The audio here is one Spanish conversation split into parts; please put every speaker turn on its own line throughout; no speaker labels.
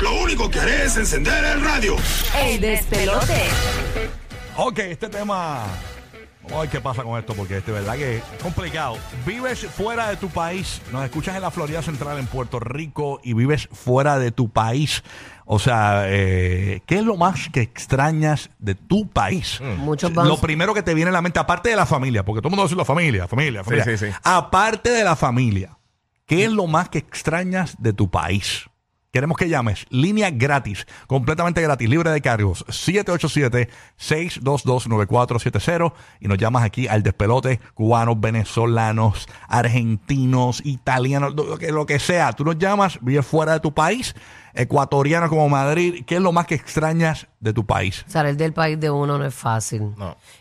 Lo único que haré es encender el radio.
¡Ey, despelote!
Ok, este tema. Vamos a ver qué pasa con esto, porque este, verdad que es complicado. Vives fuera de tu país. Nos escuchas en la Florida Central, en Puerto Rico, y vives fuera de tu país. O sea, eh, ¿qué es lo más que extrañas de tu país?
Muchos van-
Lo primero que te viene a la mente, aparte de la familia, porque todo el mundo dice la familia, familia, familia.
sí, sí.
Aparte de la familia, ¿qué es lo más que extrañas de tu país? Queremos que llames. Línea gratis, completamente gratis, libre de cargos. 787-622-9470. Y nos llamas aquí al despelote. Cubanos, venezolanos, argentinos, italianos, lo que, lo que sea. Tú nos llamas, vives fuera de tu país, ecuatoriano como Madrid. ¿Qué es lo más que extrañas de tu país?
Salir del país de uno no es fácil.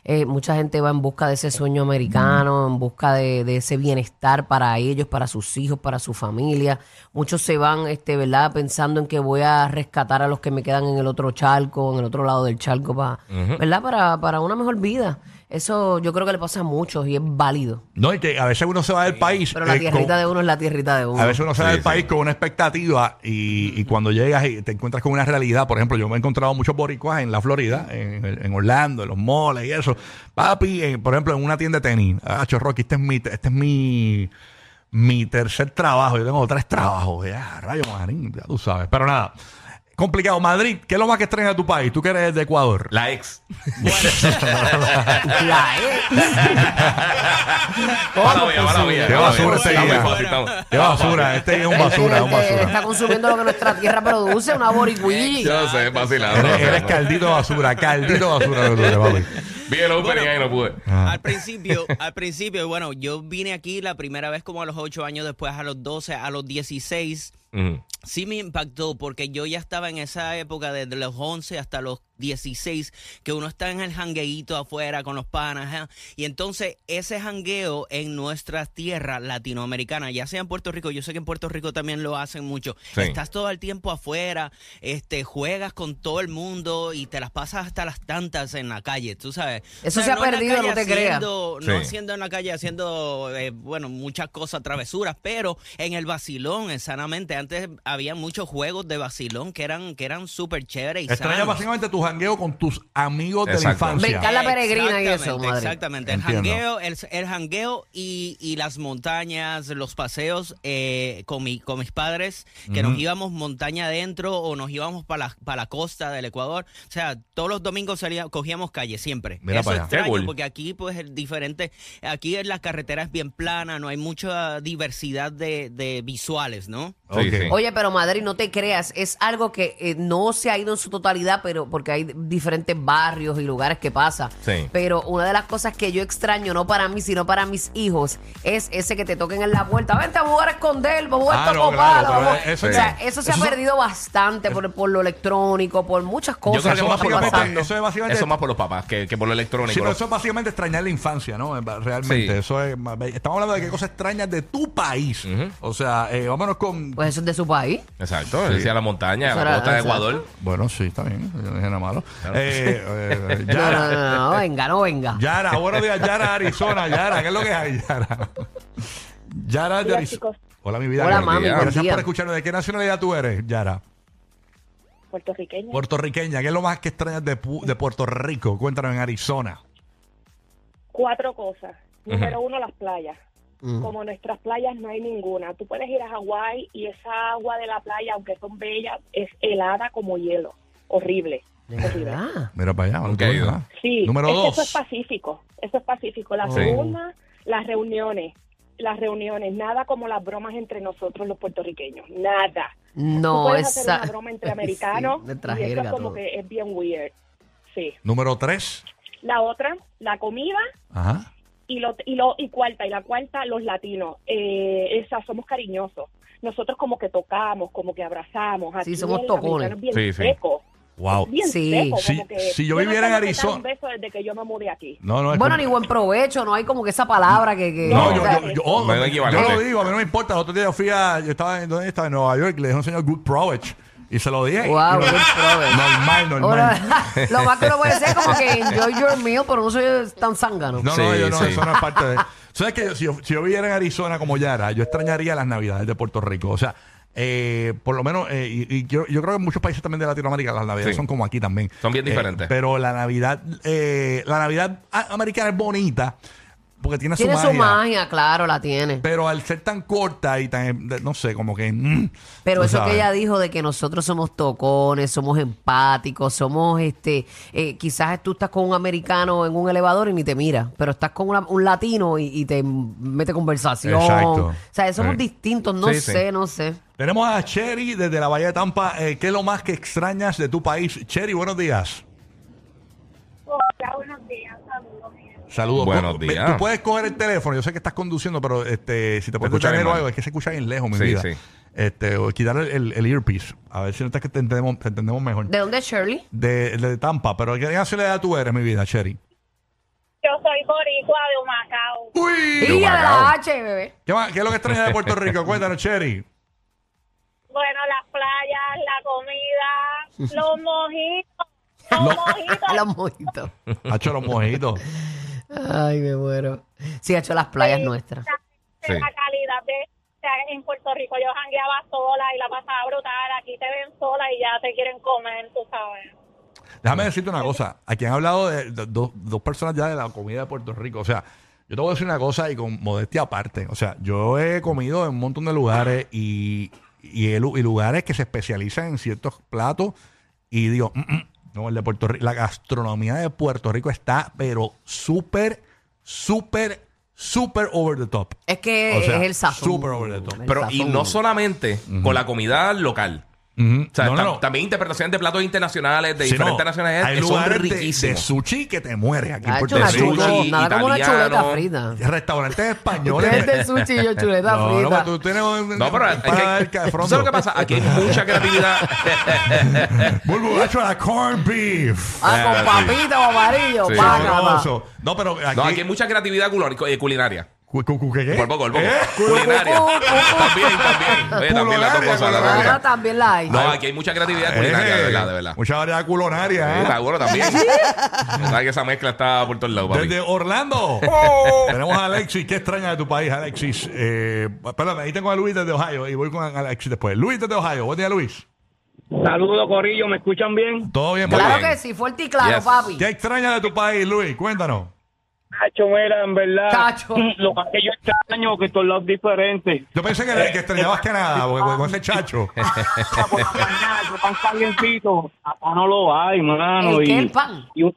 Eh, mucha gente va en busca de ese sueño americano,
Mm.
en busca de, de ese bienestar para ellos, para sus hijos, para su familia. Muchos se van, este, ¿verdad? Pensando en que voy a rescatar a los que me quedan en el otro charco, en el otro lado del charco, pa- ¿verdad? Para, para una mejor vida. Eso yo creo que le pasa a muchos y es válido.
No, y que a veces uno se va del país.
Pero la
eh, con-
tierrita de uno es la tierrita de uno.
A veces uno sale del país con una expectativa y, y cuando llegas y te encuentras con una realidad, por ejemplo, yo me he encontrado muchos boricuas en la Florida, en, en Orlando, en los moles y eso. Papi, eh, por ejemplo, en una tienda de tenis, ah, cho, Rocky, este es mi, este es mi, mi tercer trabajo, yo tengo tres trabajos, ya, rayo marín, ya tú sabes, pero nada. Complicado. Madrid, ¿qué es lo más que extraña de tu país? Tú que eres de Ecuador.
La ex.
La- eh,
Mala mía, mala mía.
Qué
mala
basura
mía.
este
Estamos
día.
fácil, estamos.
Qué basura, este es un basura, es un
este,
basura.
está consumiendo lo que nuestra tierra produce, una boricuí.
Yo sé, vacilando.
Eres, eres caldito de basura, caldito de basura. lo que tú eres, papi.
Vi el open y ahí no pude.
Ah.
Al principio, al principio, bueno, yo vine aquí la primera vez como a los 8 años, después a los 12, a los 16.
Ujú.
Sí me impactó porque yo ya estaba en esa época desde los 11 hasta los 16 que uno está en el jangueíto afuera con los panas ¿eh? y entonces ese jangueo en nuestras tierras latinoamericanas ya sea en Puerto Rico yo sé que en Puerto Rico también lo hacen mucho
Sí.
estás todo el tiempo afuera este juegas con todo el mundo y te las pasas hasta las tantas en la calle tú sabes
Eso
O sea,
se ha
en la
perdido,
calle
no te creas.
haciendo- no
Sí.
haciendo en la calle, haciendo, eh, bueno, muchas cosas, travesuras, pero en el vacilón, eh, sanamente. Antes había muchos juegos de vacilón que eran que eran súper chéveres y
Extraña
sanos.
básicamente tu jangueo con tus amigos de la
Exacto.
infancia.
Brincar la peregrina y eso,
Exactamente,
madre.
Exactamente, el
Entiendo.
jangueo, el, el jangueo y, y las montañas, los paseos eh, con, mi- con mis padres, que nos íbamos montaña adentro o nos íbamos para la, pa' la costa del Ecuador. O sea, todos los domingos salía- cogíamos calle siempre.
Mira
Eso
para
es
allá.
Qué
extraño
cool.
porque aquí pues es diferente, aquí en la carretera es bien plana, no hay mucha diversidad de, de visuales, ¿no?
Sí,
Ok.
sí.
Oye, pero Madrid, no te creas, es algo que eh, no se ha ido en su totalidad, pero porque hay diferentes barrios y lugares que pasa.
Sí.
Pero una de las cosas que yo extraño, no para mí, sino para mis hijos, es ese que te toquen en la puerta, vente a jugar a esconder, vamos a
Ah,
jugar
no,
con
claro,
palo,
pero
vamos".
eso
o
ya-
sea, eso
eso
se ha
son-
perdido bastante por, por lo electrónico, por muchas
Yo creo
cosas
que
que
eso
más
están
por los
básicamente-
pasando.
papás.
eso es básicamente-
Eso es más por los papás que, que por lo electrónico.
Sí, pero
¿no?
eso es básicamente extrañar la infancia, ¿no? Eh, Realmente,
Sí.
eso es... más bello. Estamos hablando de qué cosas extrañas de tu país. O sea, eh, vámonos con...
Pues eso es de su país.
Exacto. Decía la montaña,
Eso
la
era-
costa de
exacto.
Ecuador.
Bueno, sí, está bien. Yo no dije nada malo. Eh, eh,
No, no,
Yara,
no, no, no, venga, no venga.
Yara, buenos días, Yara, Arizona. Yara, ¿qué es lo que hay, Yara? Yara de
Hola,
Arizona.
chicos.
Hola, mi vida.
Hola,
Buenos
mami,
días.
buen
Gracias
día.
por escucharnos. ¿De qué nacionalidad tú eres, Yara?
puertorriqueña.
Puertorriqueña. ¿Qué es lo más que extrañas de, pu- de Puerto Rico? Cuéntanos en Arizona.
Cuatro cosas. Número uno, las playas.
Mm.
Como nuestras playas no hay ninguna. Tú puedes ir a Hawái y esa agua de la playa, aunque son bellas, es helada como hielo. Horrible.
De
horrible.
verdad.
Mira para allá. bueno,
Nunca
tú
he
ves,
ido.
¿verdad?
Sí,
Número
es que
dos.
eso es pacífico. Eso es pacífico. La
Sí.
segunda, las reuniones. Las reuniones. Nada como las bromas entre nosotros los puertorriqueños. Nada. Tú
No,
puedes
esa.
hacer una broma entre americanos
Sí, nuestra
y eso es
jerga,
como
todo.
que es bien weird. Sí.
Número tres.
La otra, la comida.
Ajá.
y lo, y lo y cuarta y la cuarta los latinos eh, esa somos cariñosos nosotros como que tocamos, como que abrazamos.
Sí,
Aquí
somos
el
tocones.
americano es
Sí,
bien
sí.
seco,
Wow.
bien
Sí.
seco,
Si-
como que
si yo viviera
no
en
tengo que dar
Arizona-
un beso desde que yo me mudé aquí.
No, no, es
Bueno,
como-
ni buen provecho, no hay como que esa palabra que... que-
No,
No,
yo,
o sea,
yo, yo, oh,
No hay
yo
equivalente.
lo digo, a mí no me importa. El otro día fui a. Yo estaba en, ¿dónde estaba? en Nueva York, le dije a un señor Good Provech y se lo dije.
Wow,
Y lo-
good provecho.
Normal, normal.
Ahora, lo más que uno puede ser es como que enjoy your meal, pero no soy tan zángano.
No,
Sí,
no, yo no,
sí.
eso no es parte de. ¿Sabes que si yo, si yo viviera en Arizona como Yara, yo extrañaría las Navidades de Puerto Rico. O sea, eh, por lo menos, eh, y, y yo, yo creo que en muchos países también de Latinoamérica las Navidades
Sí.
son como aquí también.
Son bien
Eh,
diferentes.
pero la Navidad, eh, la Navidad a- americana es bonita porque tiene,
tiene
su, magia,
su magia, claro, la tiene.
Pero al ser tan corta y tan, de- no sé, como que. mm,
Pero
tú
eso
sabes.
que ella dijo de que nosotros somos tocones, somos empáticos, somos este, eh, quizás tú estás con un americano en un elevador y ni te mira, pero estás con una- un latino y, y te mete conversación.
Exacto.
O sea, somos
Sí.
distintos, no
Sí, sí.
sé, no sé.
Tenemos a Cherry desde la Bahía de Tampa. Eh, ¿Qué es lo más que extrañas de tu país? Cherry, buenos días.
Hola, buenos días, saludos.
Saludos.
Buenos
Co- me-
días.
Tú puedes coger el teléfono. Yo sé que estás conduciendo, pero este, si te puedes
escucha
escuchar
bien
o
mal.
algo, es que se escucha bien lejos, mi
Sí,
vida.
sí.
Este, o quitar el, el- el earpiece. A ver si no está que te entendemos, te entendemos mejor.
¿De dónde es Shirley?
De, de Tampa, pero ¿qué nacionalidad tú eres, mi vida, Cherry?
Yo soy boricua de Humacao.
¡Uy!
Y de
Humacao.
la H, bebé.
¿Qué, más- qué es lo que extrañas de Puerto Rico? Cuéntanos, Cherry.
Bueno, las playas, la comida, los mojitos,
Lo-
los mojitos.
Los mojitos.
Hacho los mojitos.
Ay, me muero. Sí, ha hecho las playas nuestras.
Sí.
La calidad de o sea, en Puerto Rico yo jangueaba sola y la pasaba brutal. Aquí te ven sola y ya te quieren comer, tú sabes.
Déjame decirte una cosa. Aquí han hablado de, de- dos, dos personas ya de la comida de Puerto Rico. O sea, yo te voy a decir una cosa y con modestia aparte. O sea, yo he comido en un montón de lugares y, y he lu- y lugares que se especializan en ciertos platos y digo, "Mm, mm, no, el de Puerto Rico, la gastronomía de Puerto Rico está, pero súper, súper, súper over the top.
Es que
O sea,
Eh, es el sazón.
súper over the top.
El
Pero, y
sazón.
no solamente con la comida local.
Ujú.
O sea,
No, no,
tam-
no.
también interpretaciones de platos internacionales, de
Sí, no,
diferentes naciones,
hay
que son
lugares de- de,
riquísimos.
sushi que te mueres aquí en
Ha hecho
Puerto
una
Rico.
chuleta,
Sushi,
nada como una
italiano.
chuleta frita.
Restaurantes españoles.
Ustedes del sushi y yo chuleta
No, no, pero
frita.
tú tienes un-
no, pero
un
es que-
paladar
¿tú ¿sabes lo que pasa? Aquí hay mucha creatividad.
Bulbo, hacho, la corned beef.
ah, con papita o amarillo.
Sí.
págata.
Sabroso. No, pero aquí...
no, aquí hay mucha creatividad culo- eh, culinaria.
cu- cu- cu- ¿qué- qué?
Cuerpo, cuerpo.
¿Eh?
Culinaria.
cu- cu-
también, también. Oye, también las dos
Culinaria,
cosas. las dos
uh. Ahora
culinaria.
cosas.
también la hay.
No, aquí hay mucha creatividad culinaria, de
Eh,
verdad, de verdad.
Mucha variedad culinaria,
Sí,
¿eh?
está bueno también. Sabes que esa mezcla está por todos lados, papi. Oh.
Desde Orlando tenemos a Alexis. ¿Qué extraña de tu país, Alexis? Eh, espérame, ahí tengo a Luis desde Ohio y voy con Alexis después. Luis desde Ohio. Buen día, Luis.
Saludos, Corillo, ¿me escuchan bien?
¿Todo bien,
Muy
claro
bien.
que sí, fuerte y claro,
Yes.
papi.
¿Qué extraña de tu país, Luis? Cuéntanos.
Cacho, mira, en verdad,
Cacho.
lo que yo extraño que todos los diferentes.
Yo pensé que, que extrañabas Canadá, porque con- con ese chacho.
Por la mañana, el pan calientito, acá no lo hay, mano.
¿El
y,
qué, el pan?
y un-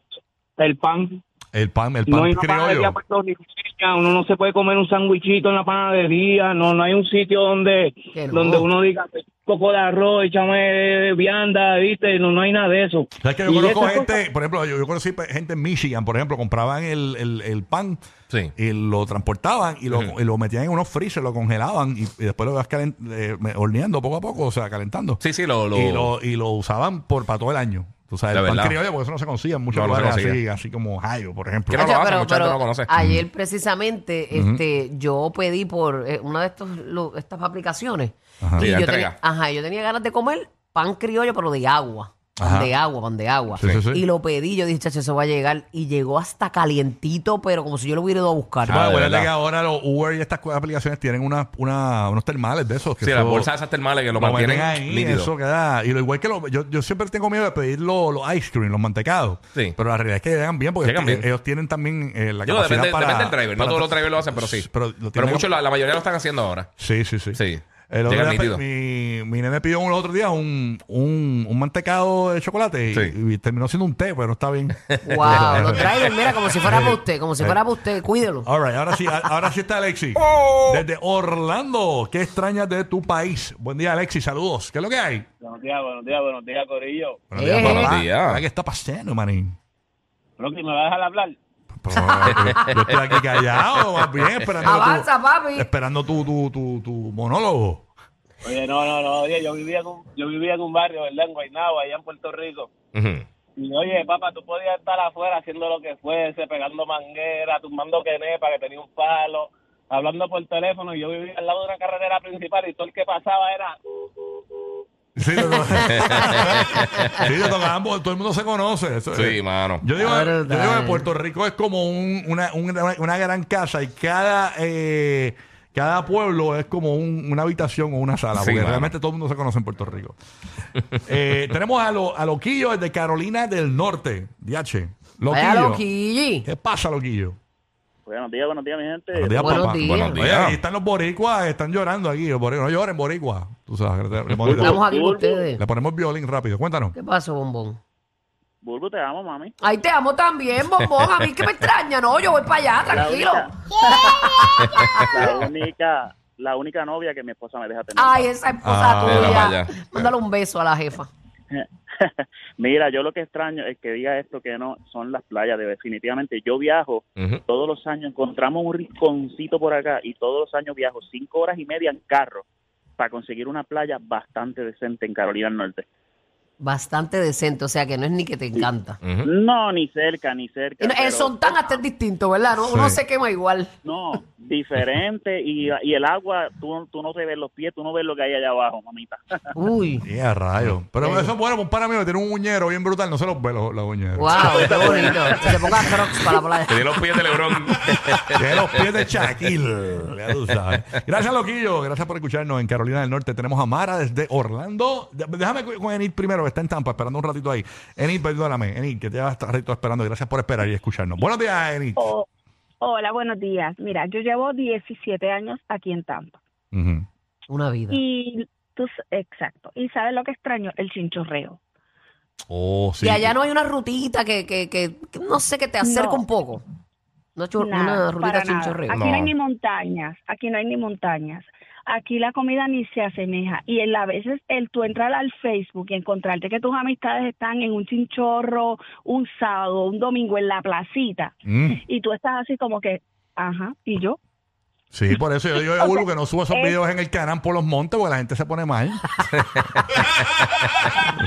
el pan.
El pan, el
No hay
pan
una panadería
criollo.
puertorriqueña, uno no se puede comer un sándwichito en la panadería, no no hay un sitio donde
Qué
donde
no.
uno diga poco de arroz, échame vianda, viste, no, no hay nada de eso.
¿Sabes que yo
Y
conozco
esas
gente,
cosas-
por ejemplo, yo, yo conocí pe- gente en Michigan, por ejemplo, compraban el, el, el pan
Sí.
y lo transportaban y lo,
Ujú.
y lo metían en unos freezer, lo congelaban y, y después lo ibas calen- eh, me- horneando poco a poco, o sea, calentando.
Sí, sí, lo. lo-
Y, lo, y lo usaban por para todo el año. Tú sabes,
De
el pan
verdad.
criollo, porque eso no se consigue en muchos
No, no se
lugares así,
consigue.
así como Ohio, por ejemplo.
Que no lo
Cacho,
hacen, mucha gente no lo conoce.
ayer precisamente este, yo pedí por eh, una de estos, lo- estas aplicaciones.
Ajá.
Sí, la
yo
entrega.
tenía, ajá, yo tenía ganas de comer pan criollo, pero de agua. Pan
Ajá.
de agua, pan de agua.
Sí, sí, sí.
Y lo pedí, yo dije, chacho, eso va a llegar. Y llegó hasta calientito, pero como si yo lo hubiera ido a buscar.
Bueno,
Ah, de
acuérdate
verdad.
que ahora los Uber y estas cu- aplicaciones tienen una, una, unos termales de esos. Que
Sí, las
eso-
bolsas esas termales que
Lo
lo
meten
mantienen
ahí,
nítido.
eso queda. Y lo igual que lo- yo, yo siempre tengo miedo de pedir los los ice cream, los mantecados.
Sí.
Pero la realidad es que llegan bien porque
Llegan
ellos-
bien.
ellos tienen también eh, la
Yo,
capacidad
depende,
para.
depende del driver. No
para-
todos los drivers lo hacen, pero sí.
Pero,
Pero,
lo tienen-
muchos, la, la mayoría lo están haciendo ahora.
Sí, sí, sí.
Sí.
El otro
Llegan
día,
nítido.
mi, mi nene pidió un- el otro día un, un, un mantecado de chocolate y,
Sí.
y terminó siendo un té, pero está bien.
Wow, los drivers, mira, como si fuera para usted, como si fuera para usted, cuídelo.
All right, ahora sí, a- ahora sí está Alexi. Desde Orlando, ¿qué extrañas de tu país? Buen día, Alexi, saludos. ¿Qué es lo que hay?
Buenos días, buenos días, buenos días, Corillo.
Buenos días,
Eh.
papá.
Buenos días.
¿Qué está pasando, manín?
Creo que me va a dejar hablar.
Pero, Pues, yo estoy aquí callado, más bien, esperando,
Avanza,
tu,
papi.
esperando tu, tu, tu, tu monólogo.
Oye, no, no, no, oye, yo vivía en un, yo vivía en un barrio, ¿verdad? En Guaynabo, allá en Puerto Rico.
Ujú.
Y oye, papá, tú podías estar afuera haciendo lo que fuese, pegando manguera, tumbando quenepa, que tenía un palo, hablando por teléfono. Y yo vivía al lado de una carretera principal y todo el que pasaba era...
Sí, te to- Sí, te tocaban, porque todo el mundo se conoce. Eso es-
Sí, mano.
Yo digo, yo
Brutal.
digo que Puerto Rico es como un- una, una- una gran casa y cada, eh, cada pueblo es como un- una habitación o una sala,
Sí,
porque
mano.
realmente todo el mundo se conoce en Puerto Rico. Eh, tenemos a, lo, a Loquillo desde Carolina del Norte, DH.
Vaya
Loquillo.
loquillo.
¿Qué pasa, Loquillo?
Buenos días, buenos días, mi gente.
Buenos días,
Buenos
papá.
días.
Buenos
Oye,
días.
ahí están los boricuas, están llorando aquí. los boricuas. No lloren, boricuas. Tú sabes, que te- le, ponemos,
Estamos aquí con ustedes.
le ponemos violín rápido. Cuéntanos.
¿Qué pasó, bombón?
Bulbo, te amo, mami.
Ay, te amo también, bombón. A mí que me extraña, no, yo voy para allá, tranquilo.
La única, la única novia que mi esposa me deja tener.
Ay, esa esposa
Ah,
mira para
tuya.
allá.
Mándale un beso a la jefa.
Mira, yo lo que extraño es que diga esto que no son las playas, de- definitivamente. Yo viajo
Ujú.
todos los años, encontramos un rinconcito por acá y todos los años viajo cinco horas y media en carro para conseguir una playa bastante decente en Carolina del Norte.
Bastante decente, o sea que no es ni que te encanta.
Ujú.
No, ni cerca, ni cerca.
Y no-
pero-
el Sontán hasta es distinto, ¿verdad? No-
Sí.
Uno se quema igual.
No, diferente y, y el agua, tú, tú no te ves los pies, tú no ves lo que hay allá abajo, mamita.
Uy.
Yeah, rayo. Pero
Sí.
eso es bueno, para un pana mío que tiene un uñero bien brutal, no se los ve los, los uñeros.
Wow, qué bonito. Que se ponga crocs para la playa.
Te di los pies de Lebrón.
Tiene los pies de Shaquille. Ya tú sabes. Gracias, Loquillo. Gracias por escucharnos en Carolina del Norte. Tenemos a Mara desde Orlando. De- Déjame cu- con Enid primero, que está en Tampa, esperando un ratito ahí. Enid, perdóname. Enid, que te vas a estar ratito esperando. Gracias por esperar y escucharnos. Buenos días, Enid.
Oh, hola, buenos días. Mira, yo llevo 17 años aquí en Tampa.
Ujú.
Una vida.
Y tú, s- exacto. ¿Y sabes lo que extraño? El chinchorreo.
Oh, sí.
Y allá no hay una rutita que, que, que, que no sé, que te acerca
No.
un poco. No, chu-
Nada,
una rutita
para nada.
chinchorreo.
Aquí no. hay ni montañas, aquí no hay ni montañas. Aquí la comida ni se asemeja. Y el- a veces el tú entrar al Facebook y encontrarte que tus amistades están en un chinchorro un sábado, un domingo en la placita.
Mm,
Y tú estás así como que, ajá, ¿y yo?
sí, por eso yo digo a Bulbo que no suba esos videos en el canal por los montes porque la gente se pone mal.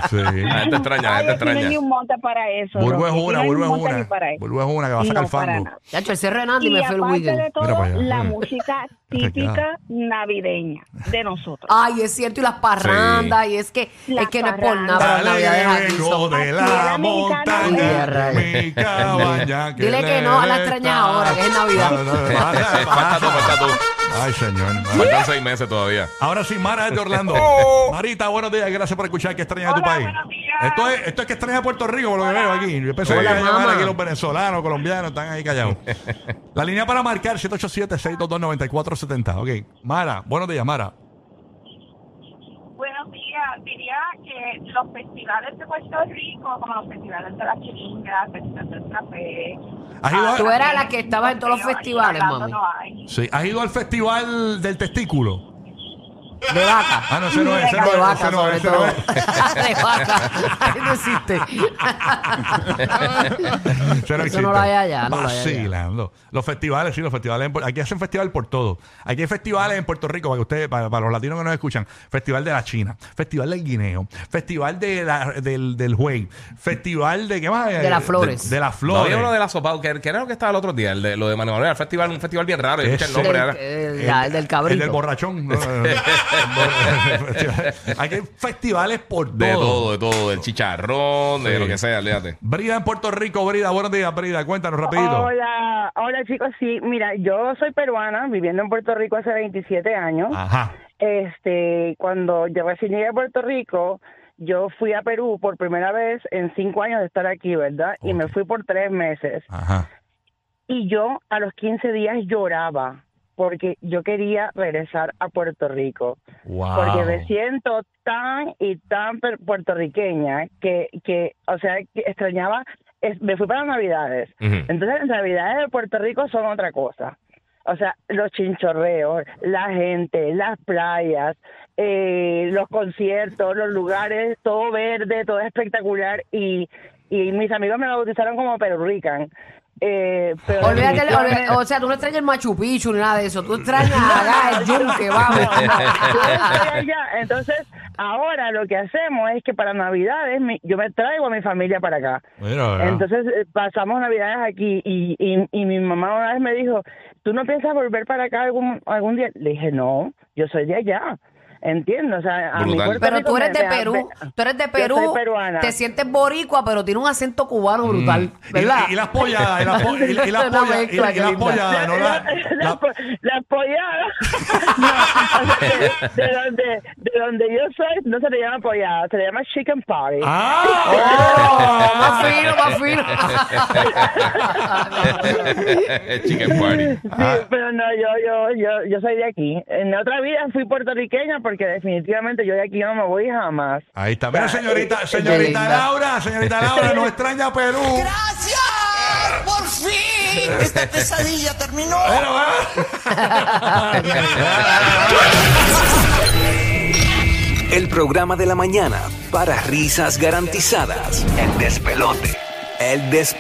sí.
La gente extraña, la
Ay,
gente
aquí no hay
extraña.
ni un monte para eso.
Bulbo
Rocky,
es
aquí no
una,
hay
Bulbo
un
es
monte ni
una.
para eso.
Bulbo es una que va a sacar
No, para
fango.
nada.
Ya, el Cerro Hernández y
Y
me fue el
aparte
weekend.
de
Mira
todo,
para allá.
la
Mm.
música
Te queda.
típica navideña de nosotros.
Ay, es cierto, y las parrandas, y es que,
Las
es que no es por nada,
parrandas.
pero las
Dale,
navidades aquí
vengo
son-
de la
Mira, mi
Mira,
montaña,
rayo.
mi cabaña.
Dile que no a la extraña ahora, que es Navidad.
Falta tú, falta tú.
Ay, señor.
Faltan seis meses todavía.
Ahora sí, Mara es de Orlando.
Oh.
Marita, buenos días. Gracias por escuchar que extraña de tu país. Esto es, esto es que extraña a Puerto Rico, por lo que veo aquí. Yo pensé que
Hola,
iba a llamar
mamá.
aquí los venezolanos, colombianos, están ahí callados. la línea para marcar 787-622-9470. Ok. Mara, buenos días, Mara.
Buenos días. Diría que los festivales de Puerto Rico, como los festivales de las chiringas, festivales del café.
¿Has ido,
Tú
a-
eras la que estaba en todos los festivales, mami.
sí, ¿has ido al festival del testículo?
De vaca.
Ah, no, ese no es, ese no
de
es,
vaca,
ese no es,
sobre
ese
todo.
no es.
de vaca. Ahí no existe.
Eso no,
Eso no
existe.
lo hay allá, no lo hay allá.
Vacilando. Los festivales, sí, los festivales. en Pu- Aquí hacen festival por todo. Aquí hay festivales en Puerto Rico, para, que ustedes, para, para los latinos que nos escuchan. Festival de la China, Festival del Guineo, Festival de la- del, del Huey, Festival de... ¿Qué más? hay?
De las flores.
De, de las
No
flores.
había uno de la sopa, que, que era lo que estaba el otro día, el de, lo de Manuel Valera, el festival, un festival bien raro,
Ese.
escucha el
Del,
nombre ahora.
eh, la- el del cabrito.
El del borrachón. No, no, no. Aquí hay festivales por
De
todo.
todo, de todo, del chicharrón, de
Sí.
lo que sea, olvídate.
Brida en Puerto Rico, Brida. Buenos días, Brida. Cuéntanos rapidito.
Hola, hola chicos, sí, mira, yo soy peruana, viviendo en Puerto Rico hace 27 años.
Ajá.
Este, cuando yo recién llegué a Puerto Rico, yo fui a Perú por primera vez en cinco años de estar aquí, ¿verdad? Y me
Ok.
fui por tres meses.
Ajá.
Y yo a los 15 días lloraba porque yo quería regresar a Puerto Rico.
Wow.
Porque me siento tan y tan per- puertorriqueña que, que o sea, que extrañaba, es- me fui para Navidades.
Ujú.
Entonces, las navidades de Puerto Rico son otra cosa. O sea, los chinchorreos, la gente, las playas, eh, los conciertos, los lugares, todo verde, todo espectacular. Y, y mis amigos me bautizaron como Perurican. eh, pero
Olvídate, el-
definitivamente-
olvi- o sea, tú no extrañas el Machu Picchu ni nada de eso. Tú extrañas a Agá, el yunque, vamos.
Yo estoy allá. Entonces, ahora lo que hacemos es que para Navidades mi- yo me traigo a mi familia para acá.
Ah,
Mira, ¿verdad?
Entonces eh, pasamos Navidades aquí y, y, y mi mamá una vez me dijo, ¿tú no piensas volver para acá algún, algún día? Le dije, no, yo soy de allá. Entiendo, o sea, a mi
Brutal.
Puerto
Pero
Rico
tú
me-
eres de
me-
Perú,
me-
tú eres de
Yo
Perú,
soy peruana.
te sientes boricua, pero tiene un acento cubano brutal,
Mm. Y,
¿verdad?
y las polladas, y las po- y- y las
Una
polladas, y- y
mezcla, qué
las
linda.
polladas, no la-
las
la-
po- las polladas. No, o sea, de, de donde, de donde yo soy, no se le llama pollada, se le llama chicken party.
¡Ah!
Oh, más fino, más fino.
Chicken party.
Sí, pero no, yo, yo, yo, yo soy de aquí. En otra vida fui puertorriqueña porque definitivamente yo de aquí no me voy jamás.
Ahí está. Mira, señorita,
Qué
señorita
linda.
Laura, señorita Laura, no extraña a Perú.
¡Gracias! ¡Por fin! Esta pesadilla terminó.
Pero, ah.
El programa de la mañana para risas garantizadas. El despelote. El despelote.